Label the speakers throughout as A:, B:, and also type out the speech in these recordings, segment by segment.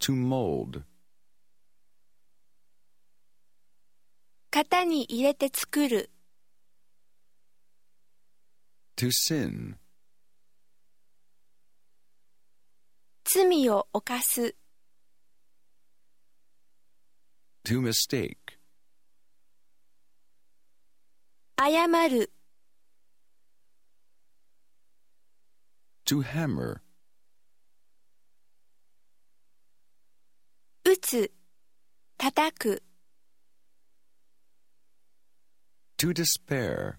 A: to mold.
B: 型に入れて作る
A: To sin.
B: 罪を犯す
A: To mistake.
B: 謝る
A: To hammer.
B: 打つ叩く
A: To despair.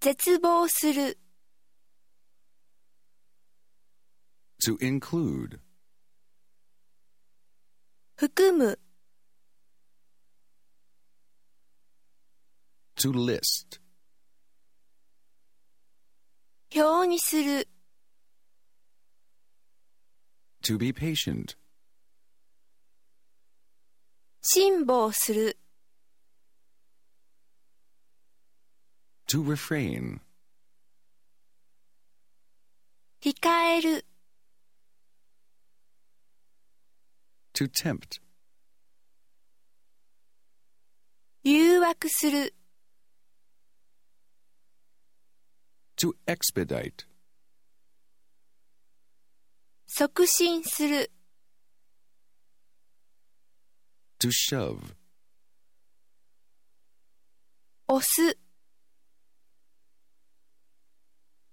B: 絶望する
A: To include.
B: 含む
A: To list.
B: 表にする
A: To be patient.
B: 辛抱する
A: To refrain.
B: 控える
A: To tempt.
B: 誘惑する
A: To expedite.
B: 促進する
A: To shove.
B: 押す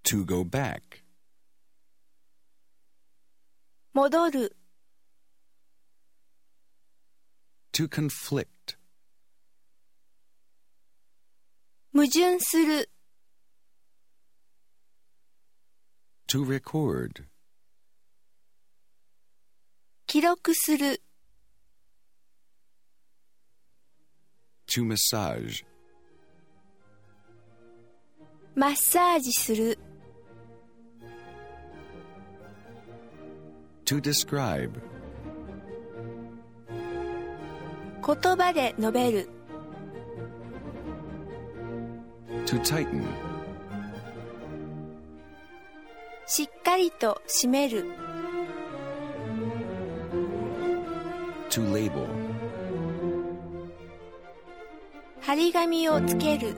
A: To go back.
B: 戻る
A: To conflict.
B: 矛盾する
A: To record.
B: 記録する
A: To massage.
B: マッサージする
A: To describe.
B: 言葉で述べる
A: To tighten.
B: しっかりと締める
A: To label.
B: 張り紙をつける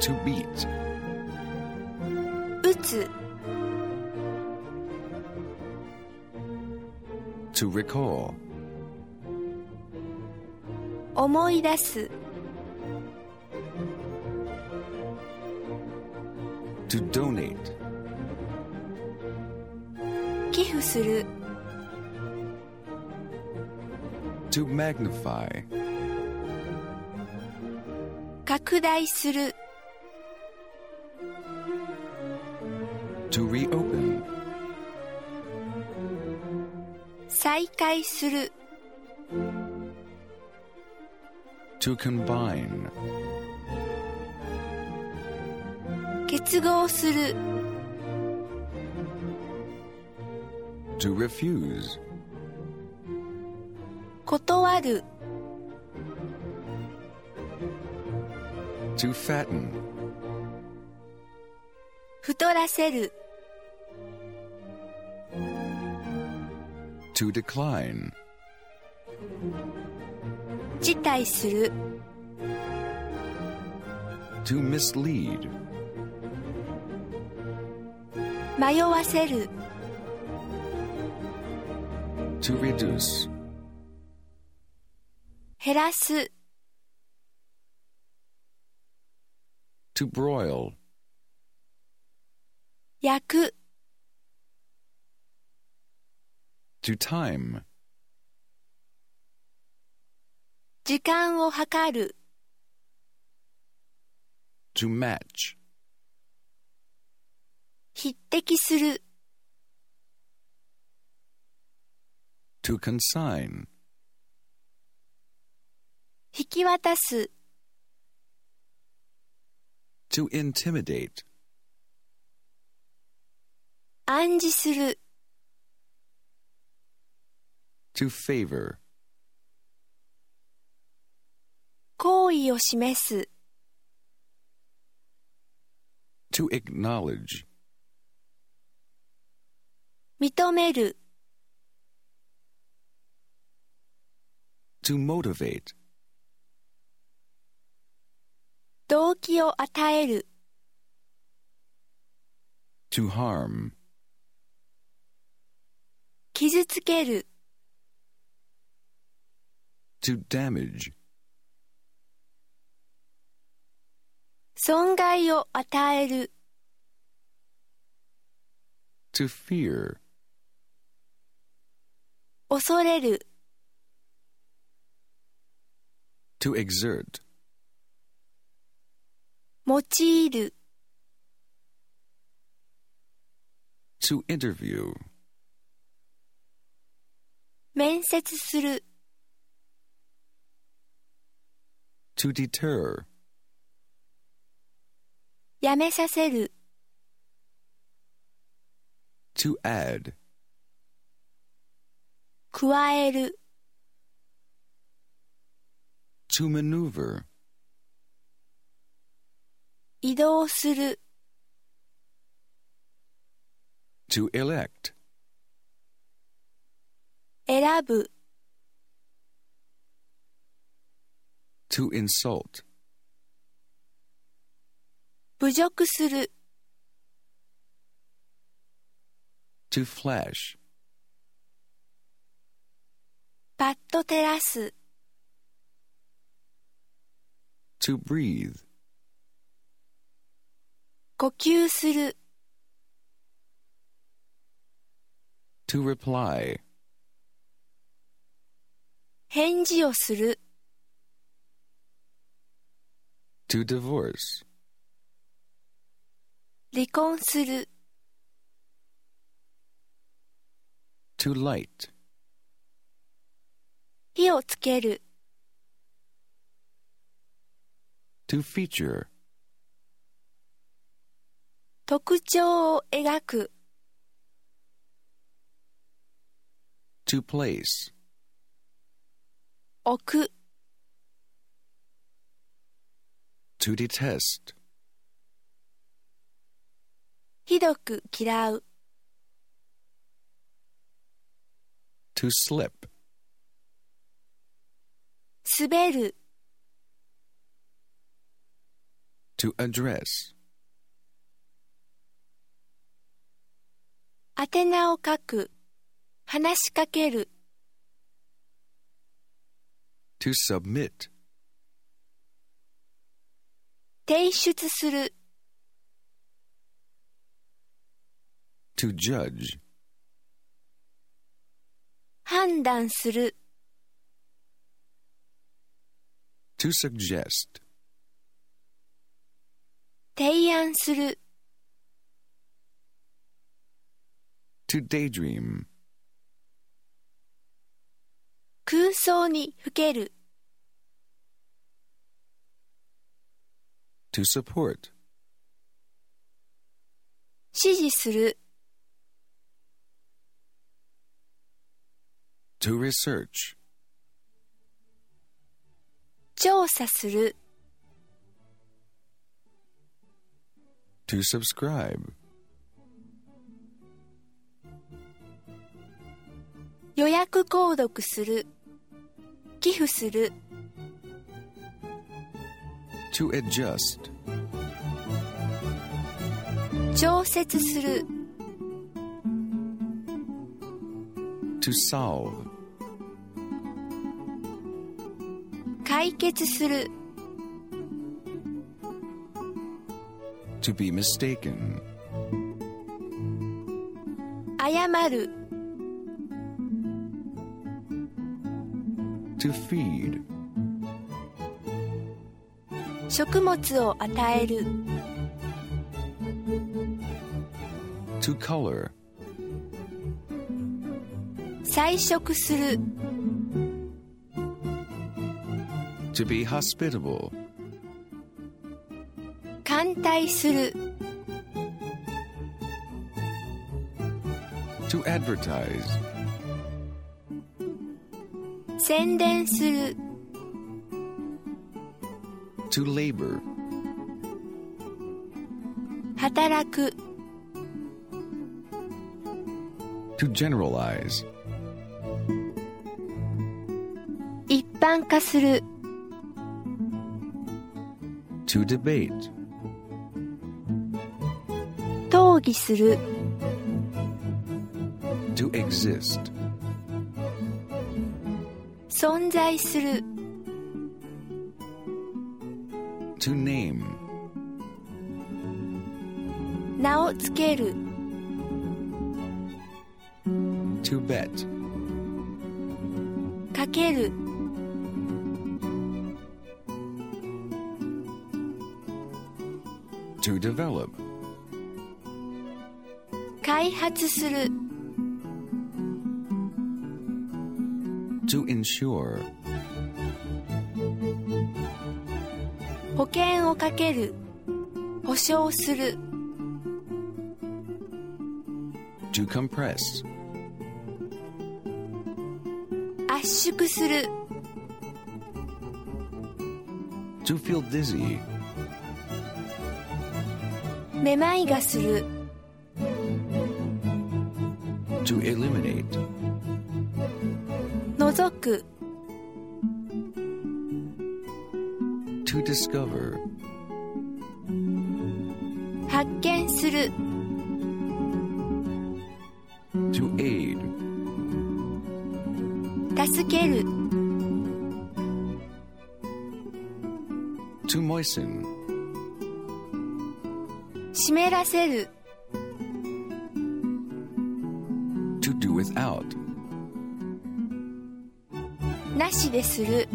A: To beat.
B: 打つ
A: To recall.
B: 思い出す
A: To donate.
B: 寄付する
A: To magnify.
B: 拡大する
A: To reopen.
B: 再開する
A: To combine.
B: 結合する
A: To refuse.
B: 断る
A: To fatten.
B: 太らせる
A: To decline.
B: 辞退する
A: To mislead.
B: 迷わせる
A: To reduce.
B: 減らす
A: To broil.
B: 焼く
A: To time.
B: 時間を計る
A: To match.
B: 匹敵する
A: To consign.
B: 引き渡す
A: To intimidate.
B: 暗示する
A: To favor.
B: 好意を示す
A: To to acknowledge,
B: 認める、
A: to motivate,
B: 動機を与える、
A: to harm,
B: 傷つける、
A: to damage,
B: 損害を与える、
A: to fear,
B: 恐れる、
A: to exert,
B: 用いる、
A: to interview,
B: 面接する、
A: to deter,
B: やめさせる、
A: to add,
B: 加える、
A: to maneuver,
B: 移動する、
A: to elect,
B: 選ぶ、
A: to insult,
B: 侮辱する、
A: to flash,
B: パッと照らす、
A: to breathe,
B: 呼吸する、
A: to reply,
B: 返事をする、
A: to divorce,
B: 離婚する、
A: to light,
B: 火をつける、
A: to feature,
B: 特徴を描く、
A: to place,
B: 置く、
A: to detest,
B: ひどく嫌う、
A: to slip,
B: 滑る、
A: to address,
B: 宛名を書く、話しかける、
A: to submit,
B: 提出する、
A: to judge,
B: 判断する、
A: to suggest,
B: 提案する、
A: to daydream,
B: 空想にふける、
A: to support,
B: 指示する、
A: to research,
B: 調査する、
A: to subscribe,
B: 予約購読する、寄付する、
A: to adjust,
B: 調節する、
A: to solve,
B: 解決する、
A: to be mistaken,
B: 謝る、
A: to feed,
B: 食物を与える、
A: to color,
B: 菜食する、
A: to be hospitable,
B: 艦隊する、
A: to advertise,
B: 宣伝する、
A: to labor,
B: 働働く
A: to generalize,
B: 一般化する
A: to debate,
B: 討議する
A: to exist,
B: 存在する
A: to name,
B: 名をつける
A: to bet,
B: かける
A: to develop,
B: 開発する
A: to insure,
B: 保険をかける保証する
A: to compress,
B: 圧縮する
A: to feel dizzy,
B: めまいがする
A: to eliminate,
B: 除く
A: to discover,
B: 発見する
A: to aid,
B: 助ける
A: to moisten,
B: 湿らせる
A: to do without,
B: なしでする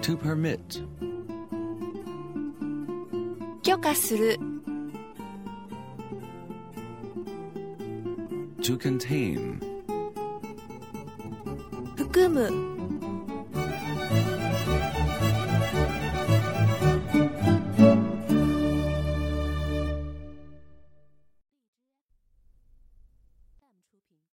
A: to permit,
B: 許可する
A: to contain,
B: 含む